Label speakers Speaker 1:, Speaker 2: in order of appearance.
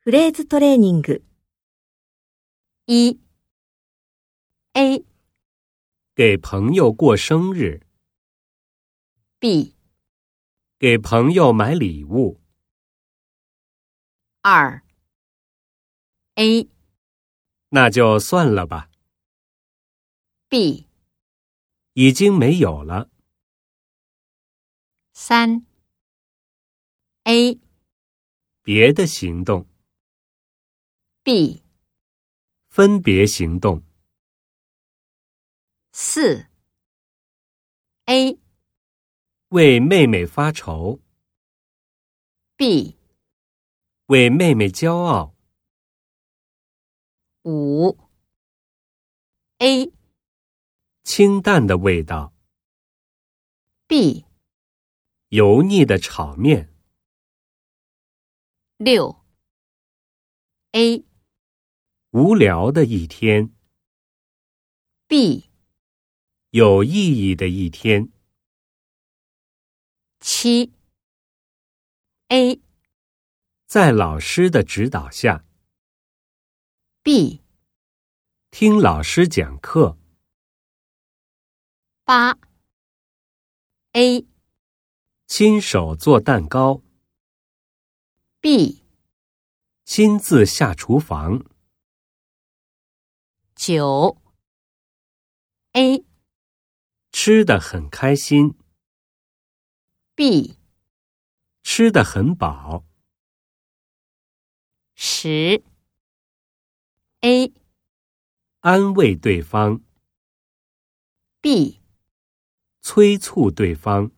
Speaker 1: フレーズトレーニング。一、A、
Speaker 2: 给朋友过生日，
Speaker 1: B、
Speaker 2: 给朋友买礼物，
Speaker 1: 二、A、
Speaker 2: 那就算了吧，
Speaker 1: B、
Speaker 2: 已经没有了。
Speaker 1: 三、A、
Speaker 2: 别的行动，
Speaker 1: B、
Speaker 2: 分别行动，
Speaker 1: 四、A、
Speaker 2: 为妹妹发愁，
Speaker 1: B、
Speaker 2: 为妹妹骄傲，
Speaker 1: 五、A、
Speaker 2: 清淡的味道，
Speaker 1: B、
Speaker 2: 油腻的炒面，
Speaker 1: 六、A、
Speaker 2: 无聊的一天，
Speaker 1: B、
Speaker 2: 有意义的一天，
Speaker 1: 七、A、
Speaker 2: 在老师的指导下，
Speaker 1: B、
Speaker 2: 听老师讲课，
Speaker 1: 八、A、
Speaker 2: 亲手做蛋糕，
Speaker 1: B、
Speaker 2: 亲自下厨房，
Speaker 1: 九、A、
Speaker 2: 吃的很开心，
Speaker 1: B、
Speaker 2: 吃的很饱。
Speaker 1: 十、A、
Speaker 2: 安慰对方，
Speaker 1: B、
Speaker 2: 催促对方。